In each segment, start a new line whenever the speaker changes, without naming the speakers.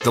The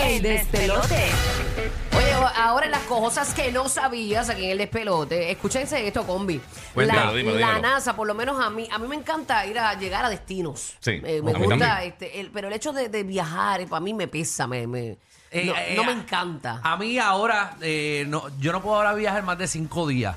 El despelote.
Oye, ahora las cosas que no sabías aquí en el despelote. Escúchense esto, combi.
Cuéntalo,
la,
dímelo,
la
dímelo.
NASA, por lo menos a mí, a mí me encanta ir a llegar a destinos.
Sí,
Eh, me
a mí
gusta,
también.
este, el- pero el hecho de, de viajar eh, para mí me pesa, me, me-
Eh,
no,
eh,
no me
a-
encanta.
A mí ahora, eh, no, yo no puedo ahora viajar más de cinco días.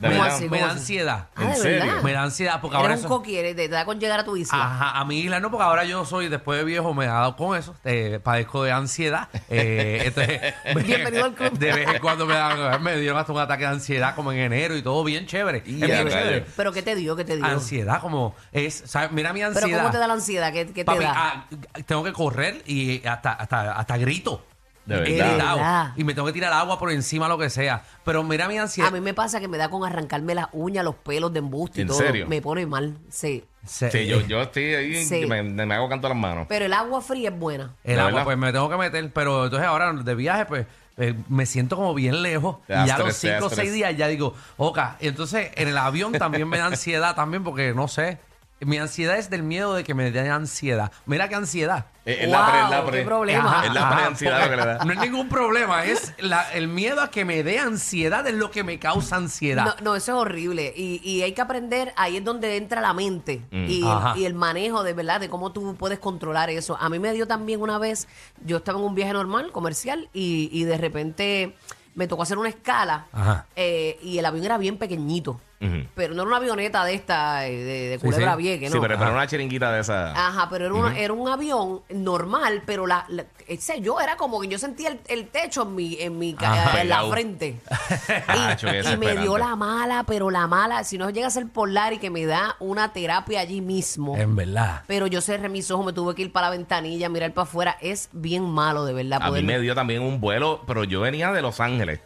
De
me,
verdad. Pues,
da,
así?
me da
¿Cómo así?
ansiedad.
Ah,
¿en
de
serio?
verdad.
Me da ansiedad porque ahora
Eres un
eso- Ah,
coqui, eres- te da con llegar a tu isla.
Ajá, a mi isla no, porque ahora yo soy, después de viejo, me he dado con eso. eh, padezco de ansiedad. eh, entonces, me-
Bienvenido al club.
De vez en cuando me, dan- me dieron hasta un ataque de ansiedad, como en enero y todo bien chévere.
Y
es
a
bien chévere.
rayos.
Pero ¿qué te dio? ¿Qué te dio?
Ansiedad, como es. ¿sabes? Mira mi ansiedad.
Pero ¿cómo te da la ansiedad? ¿Qué, qué te
Papi,
da?
ah, tengo que correr y hasta, hasta, hasta grito.
De
He
verdad.
gritado.
De verdad.
Y me tengo que tirar agua por encima, lo que sea. Pero mira mi ansiedad.
A mí me pasa que me da con arrancarme las uñas, los pelos de embuste y
¿En
todo.
serio?
Me pone mal, sí.
Se- eh,
Sí, yo, yo estoy ahí,
Sí.
me, me hago canto a las manos.
Pero el agua fría es buena.
El
¿De
agua,
verdad?
pues me tengo que meter. Pero entonces ahora de viaje, pues eh, me siento como bien lejos.
Te da
y ya los
estrés, te da
5 o 6
estrés.
días ya digo, oca. Entonces en el avión también me da ansiedad también porque no sé. Mi ansiedad es del miedo de que me dé ansiedad. Mira qué
Es,
ansiedad.
Wow,
pre- es Eh, la
qué
pre-
problema.
Es la
Ajá,
pre-ansiedad lo que le da.
No es ningún problema, es la- el miedo a que me dé ansiedad es lo que me causa ansiedad.
No, no, eso es horrible. Y, y hay que aprender, ahí es donde entra la mente
Mm.
y,
Ajá.
y el manejo de verdad, de cómo tú puedes controlar eso. A mí me dio también una vez, yo estaba en un viaje normal, comercial, y, y de repente me tocó hacer una escala
Ajá.
eh, y el avión era bien pequeñito.
Ujú.
Pero no era una avioneta de esta, eh, de, de
Sí,
Culebra
sí.
Vieques,
Sí,
no. Ah,
pero, pero una chiringuita de esa.
Ajá, pero era, una- era un avión normal, pero la, la- ese yo era como que yo sentía el, el techo en mi, en mi ca-
Ajá.
en la
Pegado.
frente.
Ah, cho, qué
y, y me dio
desesperante.
la mala, pero la mala, si no llega a ser polar y que me da una terapia allí mismo.
En verdad.
Pero yo cerré mis ojos, me tuve que ir para la ventanilla, mirar para afuera. Es bien malo, de verdad.
A mí
poder-
me dio también un vuelo, pero yo venía de Los Ángeles.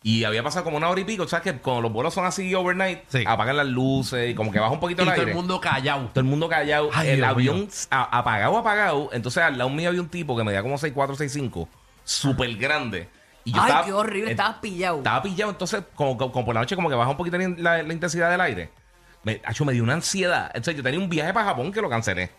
Y había pasado como una hora y pico. ¿Sabes que cuando los vuelos son así overnight,
Sí.
apagan las luces y como que baja un poquito
Y
el
todo
aire?
el mundo callado.
Todo el mundo callado.
Ay,
el
Dios mío.
avión a- apagado, apagado. Entonces al lado mío había un tipo que medía como 6'4, 6'5. Súper grande. Y
Ay, qué horrible, estabas pillado.
Estaba pillado. Entonces, como, como- como por la noche, como que baja un poquito la, la- la intensidad del aire. Me, acho, me dio una ansiedad. Entonces yo tenía un viaje para Japón que lo cancelé.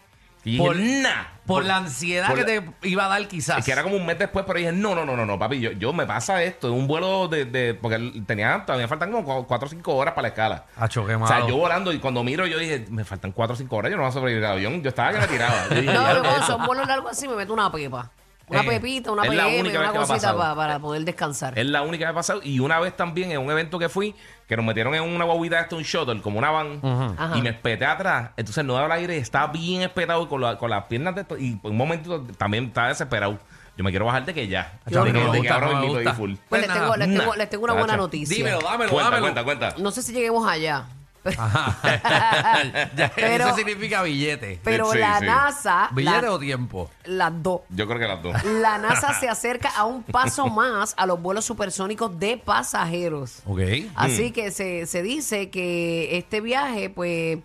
Y dije,
Por-
"Nah".
Por la ansiedad
por
que
la-
te iba a dar quizás.
es que era como un mes después, pero dije, no, no, no, no, no papi, yo, yo me pasa esto, es un vuelo de, de- porque tenía, todavía faltan como cu- cuatro o cinco horas para la escala.
Acho, qué
O sea,
Ah, malo.
yo volando y cuando miro yo dije, me faltan cuatro o cinco horas, yo no voy a sobrevivir al avión, yo estaba que me tiraba. Yo dije,
No,
"Ya,
yo cuando
esto".
son vuelos largos así me meto una pepa. Una
Eh,
pepita, una
es la
PM,
única vez
una
que me ha
cosita
pasado.
pa- para poder descansar.
Es la única que ha pasado. Y una vez también en un evento que fui, que nos metieron en una guaguita hasta un shuttle, como una van,
Ajá.
y me espeté atrás. Entonces no daba el aire, estaba bien espetado y con, la- con las piernas de esto- y por un momento también estaba desesperado. Yo me quiero bajar de que ya.
Acho, a mí
De
no
que- de
me
que
gusta,
ahora
no me
mismito ahí
gusta.
full.
Pues
Pues
les
nada,
tengo, les
nah.
tengo- les tengo una buena
Tacho,
noticia.
Dímelo, dámelo,
Cuenta,
dámelo.
cuenta, cuenta.
No sé si lleguemos allá. Pero,
Ajá. Ya,
Pero-
eso significa billete.
pero
Sí,
la
sí.
NASA,
¿Billete
la-
o tiempo?
las dos.
Yo creo que las dos.
La NASA se acerca a un paso más a los vuelos supersónicos de pasajeros.
Ok.
Así que se, se dice que este viaje, pues,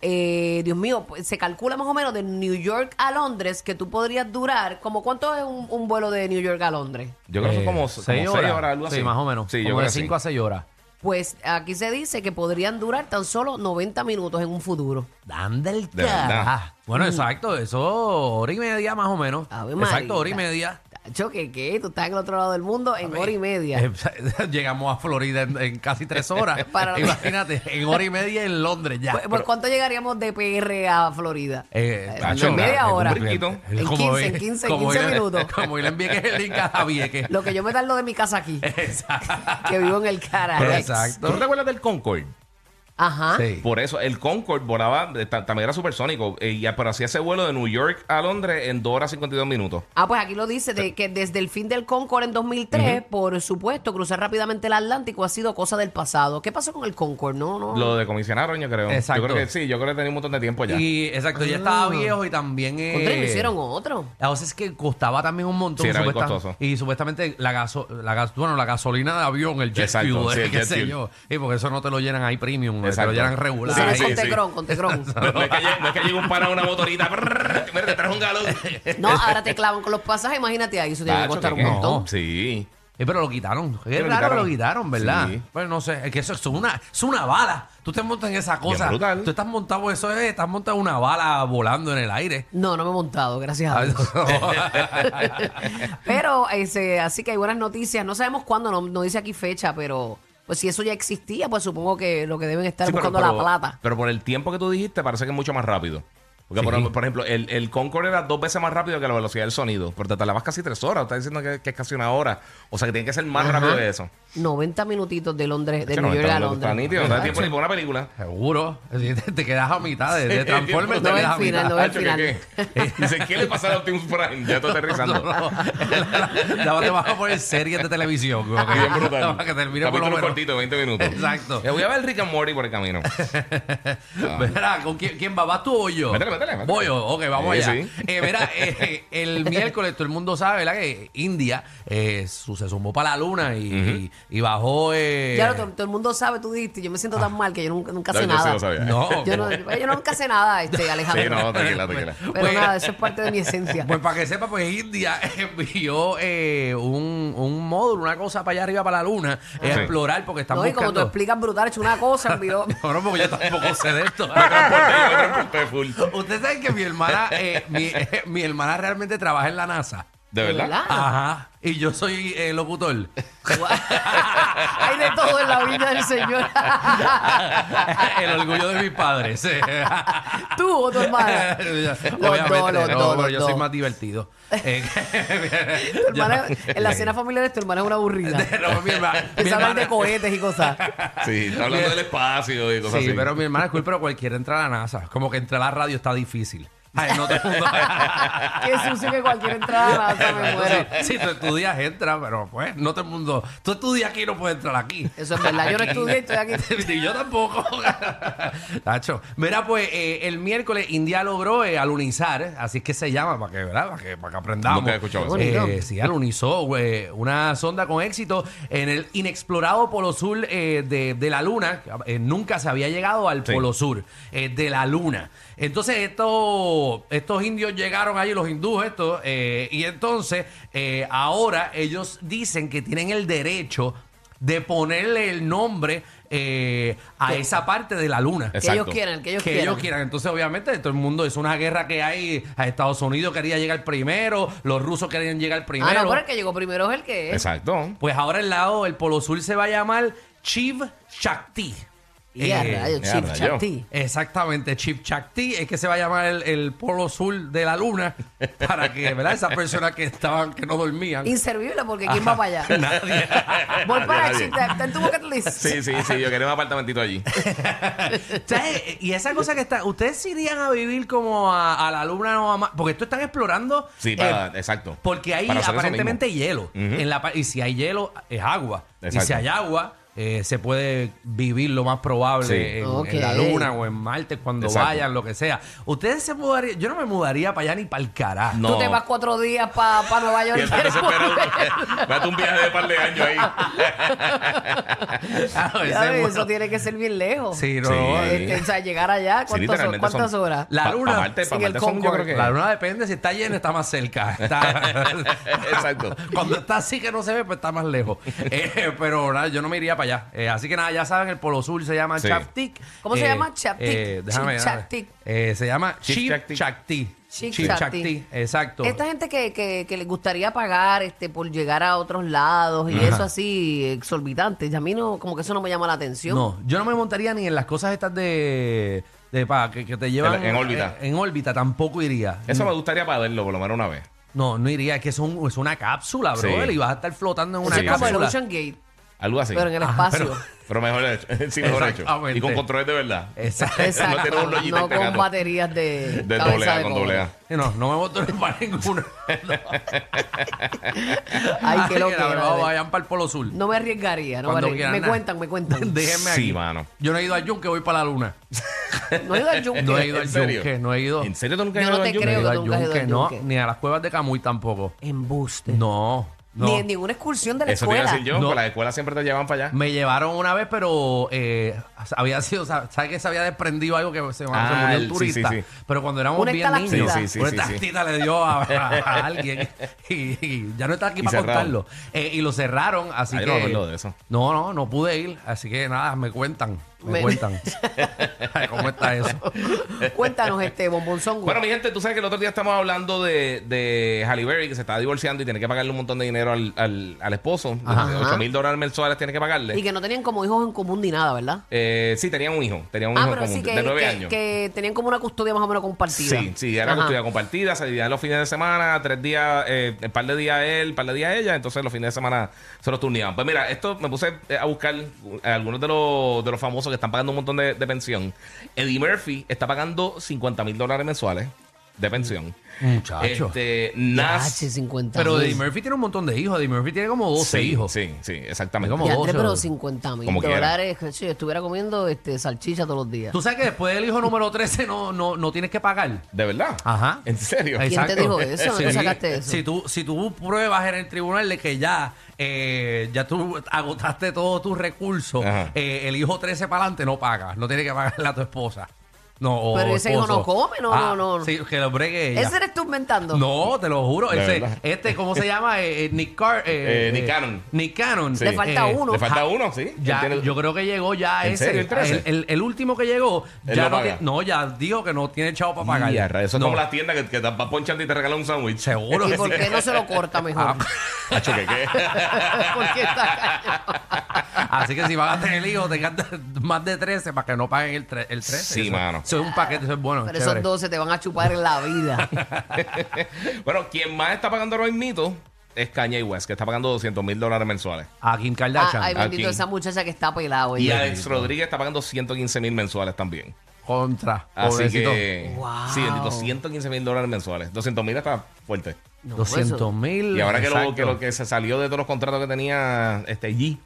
eh, Dios mío, pues, se calcula más o menos de New York a Londres que tú podrías durar. ¿Como cuánto es un, un vuelo de New York a Londres?
Yo creo que son como, como seis horas, algo así.
Eh, Sí, más o menos.
Sí, yo
como
creo
de
que sí.
5 a 6 horas.
Pues aquí se dice que podrían durar tan solo 90 minutos en un futuro.
Dando el
De verdad.
carajo. Bueno, exacto, eso hora y media más o menos.
Mm. Ave María.
exacto, hora y media.
Tacho, ¿qué, qué? Tú estás en el otro lado del mundo en hora y media.
Eh, Llegamos a Florida en, en casi tres horas.
Para-
Imagínate, en hora y media en Londres ya.
Pues, ¿Por cuánto llegaríamos de PR a Florida?
Eh,
Eh,
tacho,
en media
nada,
hora.
un brinquito.
Es
En
como
15,
ir-
15,
como
15
ir-
minutos.
Como ir en Vieques el Inca a Vieques.
Lo que yo me tardo de mi casa aquí,
Exacto.
que vivo en el Carax.
Exacto.
¿Tú no te acuerdas del Concorde?
Ajá.
Sí.
Por eso, el Concorde volaba, eh, ta- también era supersónico, eh, y, pero hacía ese vuelo de New York a Londres en 2 horas 52 minutos.
Ah, pues aquí lo dice de que desde el fin del Concorde en 2003, por supuesto, cruzar rápidamente el Atlántico ha sido cosa del pasado. ¿Qué pasó con el Concorde? No, no.
Lo decomisionaron, yo creo.
Exacto.
Yo creo que sí, yo creo que tenía un montón de tiempo ya.
Y exacto, ya estaba viejo y también. Eh,
Ah. Contra, y lo hicieron otro.
La cosa es que costaba también un montón.
Sí, era bien
supuesta-
costoso.
Y supuestamente la, gaso, la, gas- bueno, la gasolina de avión, el jet
Exacto,
fuel,
sí, el
qué
jet
sé
fuel.
yo. Y porque eso no te lo llenan ahí premium, eh, te
Exacto.
lo llenan
Lo
regular.
hicieron
Sí,
ahí.
sí,
con
sí.
Tecron, con Tecron.
No, no es que llegue, no es que llegue un pana a una motorita. brrr, Mira, te trajo un galón.
No, ahora te clavan con los pasajes, imagínate ahí, eso tiene que
Tacho,
costar
que-
un montón.
no, Sí.
Eh, pero lo quitaron. Es
Sí, lo
raro que
quitaron.
lo quitaron, ¿verdad?
Sí.
Pues no sé, es que eso es una, es una bala. Tú te montas en esa cosa.
brutal.
Tú estás montado, eso es, estás montado en una bala volando en el aire.
No, no me he montado, gracias
Ah,
a Dios. Pero, ese, así que hay buenas noticias. No sabemos cuándo, no, no dice aquí fecha, pero pues si eso ya existía, pues supongo que lo que deben estar
Sí, pero-
buscando
pero-
la plata.
Pero por el tiempo que tú dijiste, parece que es mucho más rápido. Porque, por, por ejemplo, el, el Concorde era dos veces más rápido que la velocidad del sonido. Pero te tardabas casi tres horas. Estás diciendo que, que es casi una hora. O sea, que tiene que ser más rápido de eso.
90 minutitos de Londres, de
Che,
New
no,
York a
está- Está
Londres.
nítido, no da tiempo ni por una película.
Seguro. Te, te quedas a mitad de, de Transformers, te
No, el
quedas a
final,
mitad.
no, el
Hacho,
final.
¿qué, qué? Dice, ¿qué le pasa a Optimus Prime? Ya estoy aterrizando.
Ya te vas a poner series de televisión. como que-
Bien brutal.
Para que termine por lo
Capítulo
menos.
cortito, 20 minutos.
Exacto.
Le voy a ver Rick and Morty por el camino.
Verá, ¿con quién, quién va? ¿Vas tú o yo?
Ah. Métele, métele, métele.
Voy yo, ok, vamos
Sí,
allá.
sí.
Eh, verá, eh, el miércoles todo el mundo sabe, ¿verdad? Que India eh, su- se sumó para la luna y, y- y bajó... eh,
Ya lo- todo, todo el mundo sabe, tú dijiste, yo me siento tan mal que yo nunca, nunca
No,
sé
Ah. yo sí
nada.
lo sabía. Oh.
No,
Yo, no, yo- yo nunca sé nada, este, Alejandro.
Sí, no, tranquila, tranquila.
Pero
Pues-
nada, eso es parte de mi esencia.
Pues para que sepa, pues India envió eh, un, un módulo, una cosa para allá arriba, para la luna, eh, a
Sí.
explorar, porque están
Ah. no, y como tú
buscando...
explicas brutal, es una cosa, envió-
No, no, porque yo tampoco sé de esto.
Ah.
Transporte, full.
Usted sabe que mi hermana, eh, mi, eh, mi hermana realmente trabaja en la NASA.
¿De verdad?
Ah.
Ah,
Ajá. Y yo soy eh, locutor.
Hay de todo en la viña del Señor.
el orgullo de mis padres.
Tú o tu hermana.
Obviamente,
los
no,
dos,
pero
los
yo
dos.
soy más divertido. Eh,
Tu hermana-
ya.
en la cena familiar es tu hermana es una aburrida.
No, mi herma- mi
Empieza a hablar de
hermana-
cohetes y cosas.
Sí, está hablando del espacio y cosas
Sí,
así.
pero mi hermana es cool, pero cualquiera entra a la NASA. Como que entrar a la radio está difícil. Ay, no todo el mundo-
Qué sucio que cualquier entrada a la NASA me muero.
Sí, si tú estudias, entra, pero pues no todo el mundo. Tú estudias aquí y no puedes entrar aquí.
Eso es verdad, yo no estudié y estoy aquí.
Ni yo tampoco. Tacho. Mira, pues eh, el miércoles India logró eh, alunizar, eh, así es que se llama, para que, ¿verdad? Para que, para que aprendamos.
Nunca he escuchado
eso.
Eh, sí, alunizó eh, una sonda con éxito en el inexplorado polo sur eh, de, de la Luna. Eh, nunca se había llegado al
Sí.
polo sur eh, de la Luna. Entonces, estos, estos indios llegaron allí, los hindúes, estos, eh, y entonces eh, ahora ellos dicen que tienen el derecho de ponerle el nombre eh, a esa parte de la luna
Que ellos
Exacto.
quieran, el que ellos
que
quieran.
ellos quieran. Entonces, obviamente, todo el mundo es una guerra que hay. A Estados Unidos quería llegar primero, los rusos querían llegar
Ah,
primero.
no, pero el que llegó primero es el que es.
Exacto.
Pues ahora el lado del Polo Sur se va a llamar Chiv Shakti.
Y
Eh,
a rayos,
ya,
Chief
rayos.
Chapti.
Exactamente, Chiv Shakti es que se va a llamar el, el Polo Sur de la Luna para que, ¿verdad? Esas personas que estaban, que no dormían.
Inservible porque ¿quién va para allá?
Nadie.
Voy para
Nadie.
Chief Chapti. en tu bucket list.
Sí, sí, sí. Yo quería un apartamentito allí.
¿Sabes? Y esa cosa que está, ustedes se irían a vivir como a, a la luna o a Ma- porque esto están explorando
Sí,
eh,
para, exacto.
Porque hay
Para hacer eso
aparentemente
mismo.
hielo. en la, pa- y si hay hielo, es agua. Y
Exacto.
si hay agua, eh, se puede vivir lo más probable
Sí.
en, en
Ok.
la luna o en Marte cuando
Exacto.
vayan, lo que sea. Ustedes se mudarían. Yo no me mudaría para allá ni para el carajo.
No.
Tú te vas cuatro días para Nueva York.
Y estás desesperado. Date un viaje de par de años ahí.
Ya ves,
Ya ves,
se
eso
muda-
tiene que ser bien lejos.
Sí, no,
Sí.
eh,
Este, o sea, llegar allá,
Sí,
¿cuántas,
literalmente
cuántas
son-
horas?
La
Pa- pa'
luna
Marte, pa'
sin el
Marte son, yo creo que-
La luna depende, si está llena está más cerca. Está-
Exacto.
Cuando está así que no se ve, pues está más lejos. Eh, pero nada, yo no me iría para allá. Eh, así que nada, ya saben, el Polo Sur se llama
Sí.
Chaptic.
¿Cómo se llama? Chaptic.
eh, déjame ver.
Chaptic.
Eh, se llama
Chip Chaptic.
Chipchacti.
Chip
Chipchacti,
Chaptic.
exacto.
Esta gente que, que, que les gustaría pagar este por llegar a otros lados y eso así exorbitante, a mí no, como que eso no me llama la atención.
No, yo no me montaría ni en las cosas estas de... de pa, que, que te llevan...
En- en órbita.
eh, en órbita tampoco iría.
Eso me gustaría para verlo, por lo menos una vez.
No, no iría. Es que es, un- es una cápsula,
Sí.
brother. Y vas a estar flotando en
Eso
una
Sí,
es como el
cápsula.
Ocean Gate.
Algo así.
Pero en el
Ajá,
espacio.
pero- Ah, pues,
Pero mejor hecho. sí, mejor hecho.
Exactamente.
Y con controles de verdad.
Exacto.
No
Exacto.
tiene un
No,
rollito ahí
con
pegado.
baterías de.
De
cabeza
doble A
de
con
cobre.
doble A.
Sí, No, no me votaron para ninguno.
Ay, qué
lo
lo
que
que
la verdad,
era,
vayan para el Polo Sur.
No me arriesgaría. No me,
Cuando
arriesgaría.
quieran,
me
nada.
cuentan, me cuentan.
Sí,
Déjenme aquí.
mano.
Yo no he ido al yunque, voy para la luna.
No he ido al yunque.
No he ido
¿En
al
serio?
yunque, no he ido.
¿En serio tú nunca
Yo
has
no
ido
te
al yunque?
creo que
no he ido
nunca has ido al
no,
yunque.
ni a las cuevas de Camuy tampoco.
Embuste.
No, no.
Ni en ninguna excursión de la
Eso te iba a
escuela.
decir yo,
No.
que las escuelas siempre te llevan para allá.
Me llevaron una vez, pero eh, había sido, ¿sabes ¿sabe que se había desprendido algo que se, se
Ah,
murió
el-
el turista?
sí, sí,
Pero cuando éramos
Una
bien niños,
estalactita. Sí, sí, sí,
una
sí, sí.
estalactita le dio a, a alguien y, y ya no está aquí
Y
para
cerraron.
contarlo. Eh, y lo cerraron, así
Ay, yo
que...
no me acuerdo de eso.
No, no, no pude ir, así que nada, me cuentan, me,
Me-
cuentan. Ay, ¿Cómo está eso?
Cuéntanos, este bombonzón.
Bueno, mi gente, tú sabes que el otro día estamos hablando de, de Halle Berry, que se está divorciando y tiene que pagarle un montón de dinero al, al, al esposo.
Ajá.
8 mil dólares mensuales tiene que pagarle.
Y que no tenían como hijos en común ni nada, ¿verdad?
Eh, sí, tenían un hijo. Tenían un
Ah,
hijo
pero
común,
sí que,
de nueve
que-
años.
que tenían como una custodia más o menos compartida.
Sí, sí, era
Ajá.
custodia compartida, se dividían los fines de semana, tres días, eh, un par de días él, un par de días ella, entonces los fines de semana se los turneaban. Pues mira, esto me puse eh, a buscar eh, algunos de los, de los famosos que están pagando un montón de, de pensión. Eddie Murphy está pagando 50 mil dólares mensuales de pensión.
Muchacho.
Este,
Ah,
Nas...
sí, 50
pero Eddie
mil.
Murphy tiene un montón de hijos, Eddie Murphy tiene como 12
sí,
hijos.
Sí, sí, exactamente.
Como
Y
dos,
Andrés,
o-
pero 50 mil
como quiera.
dólares. que Si yo estuviera comiendo este, salchicha todos los días.
Tú sabes que después del hijo número 13 no, no, no tienes que pagar.
¿De verdad?
Ajá.
¿En serio?
te
Exacto.
dijo eso? ¿De dónde sacaste eso?
Si tú, si tú pruebas en el tribunal de que ya, eh, ya tú agotaste todos tus recursos,
Ajá.
eh, el hijo 13 para adelante no paga, no tiene que pagarle a tu esposa. No, o
Pero ese hijo
esposo. Ah,
no come, no, no, no.
Sí, que lo bregue ella.
Ese eres tú inventando.
No, te lo juro.
De
Ese,
verdad.
este, ¿cómo se llama? Eh, eh, Nick Car- eh,
Eh, Nick
eh,
Cannon.
Nick Cannon.
Sí. Le
falta uno.
Le falta
Ja-
uno, sí.
Ya,
Él tiene-
Yo creo que llegó ya
¿En
ese.
serio, el 13?
el, el último que llegó
Él
ya
no
no,
paga.
tiene- no, ya dijo que no tiene chavo para pagar.
Y a rayos, Eso es
No,
como las tiendas que, que te va ponchando y te regalan un sándwich.
Seguro.
¿Y
que
por
sí. Ah.
qué no se lo corta mejor?
Hacho, que qué.
¿Por qué está cañón?
Así que si van a tener hijos, tengan de- más de 13 para que no paguen el, tre- el 13.
Sí,
Eso-
mano.
Eso es un paquete, eso es bueno.
Pero
chévere.
esos dos se te van a chupar la vida.
bueno, quien más está pagando ahora mismo es Kanye West, que está pagando 200 mil dólares mensuales.
A Kim Kardashian.
Ah, ay, bendito
Aquí.
esa muchacha que está pelada,
Y
oye.
Alex Rodríguez está pagando 115 mil mensuales también.
Contra.
Así
pobrecito.
que.
Wow.
Sí, bendito, 115 mil dólares mensuales. 200 mil está fuerte.
No, pues
200 mil.
Y ahora que lo,
exacto.
que lo que se salió de todos los contratos que tenía este G.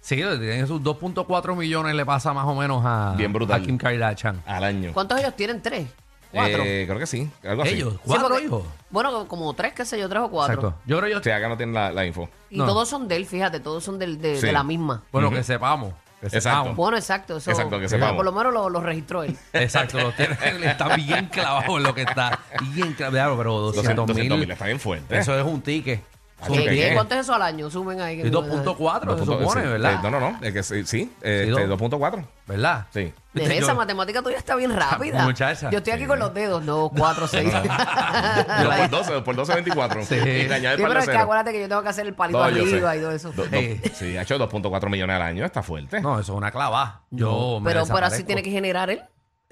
Sí, tienen sus 2.4 millones le pasa más o menos a,
Bien brutal.
a Kim Kardashian.
al
eso.
año.
¿Cuántos ellos tienen? ¿Tres? ¿Cuatro?
Eh, creo que sí, algo así.
Ellos,
Sí,
cuatro
porque-
hijos.
Bueno, como tres, qué sé yo, tres o cuatro.
Exacto. Yo creo
O
que yo.
sea, acá no tienen la, la info.
Y
No.
todos son de él, fíjate, todos son del- de,
Sí.
de la misma.
Bueno, que sepamos. Que
Exacto.
sepamos.
Bueno, exacto, eso.
Exacto, que
Ah,
sepamos.
Por lo menos lo, lo registró él.
Exacto, lo tiene, él está bien clavado en lo que está. Bien clavado, pero 200
200.000
mil.
está bien fuerte.
Eso es un ticket. Es un
¿Qué,
¿Qué-
qué?
ticket.
¿Cuánto es eso al año? Sumen ahí. que
Y
no me dejan.
2.4 se
2.4,
supone,
sí.
¿verdad?
Eh, no, no, no. Es que sí, sí, eh,
Sí,
este,
dos.
2.4.
¿Verdad?
Sí.
De esa
Yo-
matemática tuya está bien rápida.
Muchacha.
Yo estoy aquí con los dedos, dos, cuatro, seis. Sí,
Dos por 12, dos por 12, 24.
Sí.
Y le añade
pero
par de
es que
cero.
acuérdate que yo tengo que hacer el palito
No, yo
arriba
sé.
y todo eso.
Do- do-
Sí.
sí, ha hecho 2.4 millones al año, está fuerte.
No, eso es una clavada. Yo me
pero, pero así
desaparezco.
tiene que generar él.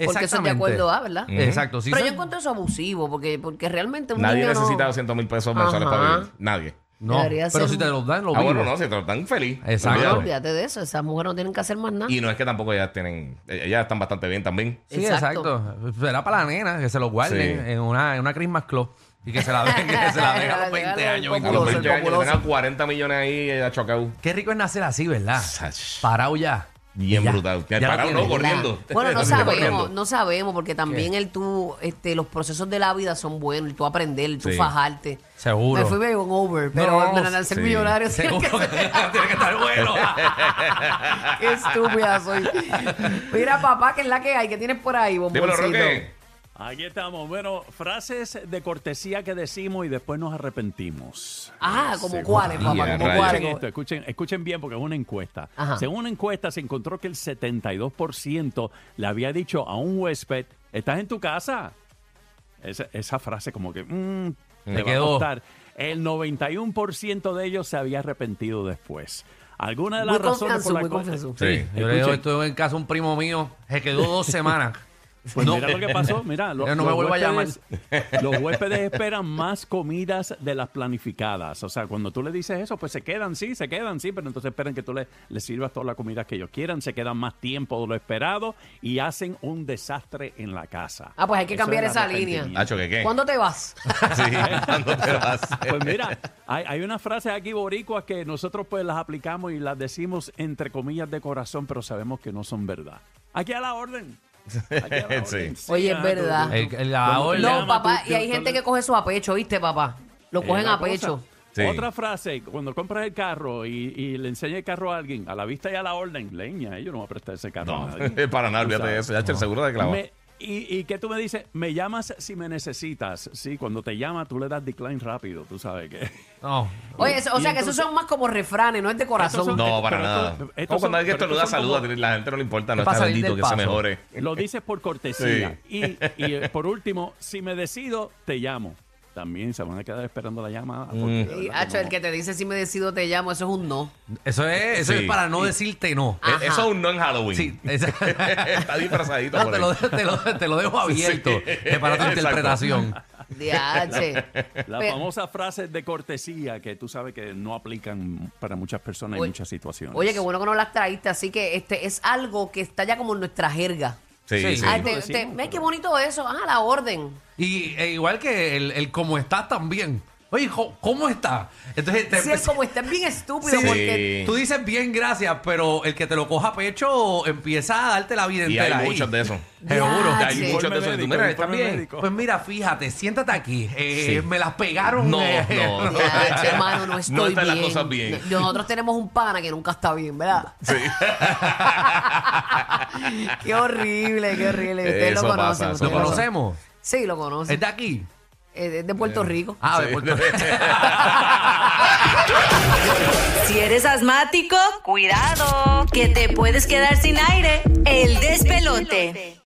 Porque eso es de
Exactamente.
acuerdo a, ¿verdad?
Mm.
Exacto. sí,
pero
son-
yo encuentro eso abusivo, porque, porque realmente un
Nadie
niño no-
necesita 200 mil pesos
Ajá.
mensuales para vivir. Nadie.
No,
Debería
pero
ser
si te lo dan, lo
Ah, bueno,
vivo.
no, si te están feliz.
Exacto.
No,
Olvídate.
olvídate de eso. Esas mujeres no tienen que hacer más nada.
Y no es que tampoco ellas tienen. eh, Ellas están bastante bien también.
Sí,
Exacto.
exacto. Será para la nena, que se lo guarden
Sí.
en una, en una Christmas Club y que se la den, que se la den a los 20 años.
A los
Populoso,
20 años le
populoso.
dan 40 millones ahí eh, a Chocau.
Qué rico es nacer así, ¿verdad?
Sach.
Parado ya.
Bien
Y ya.
brutal.
Ya lo
Parado,
tienes.
no, corriendo.
Bueno, no
Así, corriendo.
sabemos, no sabemos, porque también el tú, este, los procesos de la vida son buenos, el tú aprender, el tú
Sí.
fajarte.
Seguro.
Me fui medio over, pero
No,
para ser
sí.
millonario,
Seguro
que,
que tiene que estar bueno.
qué estúpida soy. Mira, papá, que es la que hay, que tienes por ahí,
Dímelo,
bomboncito.
Roque.
Aquí estamos. Bueno, frases de cortesía que decimos y después nos arrepentimos.
Ah, como
Según-
cuáles,
Y
papá,
a
como
rayos.
Escuchen
cuáles.
esto, escuchen, escuchen bien porque es una encuesta.
Ajá.
Según una encuesta se encontró que el 72% le había dicho a un huésped, ¿estás en tu casa? Esa, esa frase como que, mm,
Me
te va a
quedó.
costar. El 91% de ellos se había arrepentido después. Alguna de las
Muy
razones
confianzo,
por
muy
las cuales-
confianzo.
Sí.
Yo le digo
Escuchen.
esto en casa a un primo mío, se quedó dos semanas
Pues
No.
mira lo que pasó, mira. lo-
Mira, no me
los
vuelva a llamar.
huéspedes- Los huéspedes esperan más comidas de las planificadas. O sea, cuando tú le dices eso, pues se quedan, sí, se quedan, sí, pero entonces esperan que tú le- les sirvas toda la comida que ellos quieran, se quedan más tiempo de lo esperado y hacen un desastre en la casa.
Ah, pues hay que cambiar esa línea.
línea.
Nacho, ¿qué qué?
¿Cuándo te vas?
Sí, ¿cuándo te vas?
Pues mira, hay, hay unas frases aquí boricuas que nosotros pues las aplicamos y las decimos entre comillas de corazón, pero sabemos que no son verdad. Aquí a la orden. Aquí a la
Sí.
orden.
Oye, es
ah,
verdad.
El- el- la
cuando tú
orden.
llamas,
No,
llama,
papá,
tú-
y hay
tú-
gente
tú-
que coge eso a pecho, ¿viste, papá? Lo
Es
cogen
la
a
cosa.
pecho.
Sí.
Otra frase, cuando compras el carro y, y le enseñas el carro a alguien, a la vista y a la orden, leña, yo no voy a prestar ese carro
No,
a nadie.
para nada,
Tú
olvídate de
sabes.
eso. Ya el seguro de clavó.
Me- y, y que tú me dices, me llamas si me necesitas. Sí, cuando te llama tú le das decline rápido, tú sabes que...
No.
Oye, eso- o
Y
sea que esos
entonces-
son más como refranes, no es de
Estos
corazón.
son-
No, para
pero
nada.
esto-
Como
estos son-
cuando alguien
pero
saluda,
estos son
saluda.
como-
La gente no le importa, no
Es para
está
salir
bendito
del
que se
paso.
mejore.
Lo dices por cortesía. Y, y, eh, por último, si me decido, te llamo. También se van a quedar esperando la llamada. porque de verdad
Y,
que
hacho,
no-
ah, el que te dice si me decido te llamo, eso es un no.
Eso es, eso
Sí.
es para no decirte no.
Eh,
Ajá.
Eso es un no en Halloween.
Sí, esa-
Está disfrazadito.
No,
por
te,
ahí.
lo, te lo- te lo dejo abierto
Sí.
eh, para tu
Exacto.
interpretación.
Diache.
Las
Pe-
famosas frases de cortesía que tú sabes que no aplican para muchas personas
Oye-
en muchas situaciones.
Oye, qué bueno que no las traíste, así que este es algo que está ya como en nuestra jerga.
Sí,
Sí.
sí.
Ay,
lo
te-
decimos,
te- ve
pero-
qué bonito eso. Ah, la orden.
Y e igual que el, el cómo estás también. Oye, jo- ¿cómo estás? Entonces, te-
Sí, es como están bien estúpido
Sí.
porque
tú dices bien gracias, pero el que te lo coja a pecho empieza a darte la vida
Y
entera.
hay
ahí.
muchos de esos.
Seguro.
Ya,
Hay
sí.
muchos de esos. Y tú,
Informe
mira,
médico,
está
informe
bien.
médico.
Pues mira, fíjate, siéntate aquí. Eh,
Sí.
Me las pegaron.
No,
eh,
no, no.
Ya, che, hermano, no
No
estoy
están las
bien.
cosas bien.
Nosotros tenemos un pana que nunca está bien, ¿verdad? Sí. qué horrible, qué horrible. Ustedes
Eso
lo
pasa,
conocen.
eso
¿Lo
ustedes
pasa.
conocemos?
Sí, lo conocen.
¿Es de aquí?
Eh, de- de Puerto Rico.
Ah, de Puerto Rico.
Si eres asmático, cuidado, que te puedes quedar sin aire. El despelote.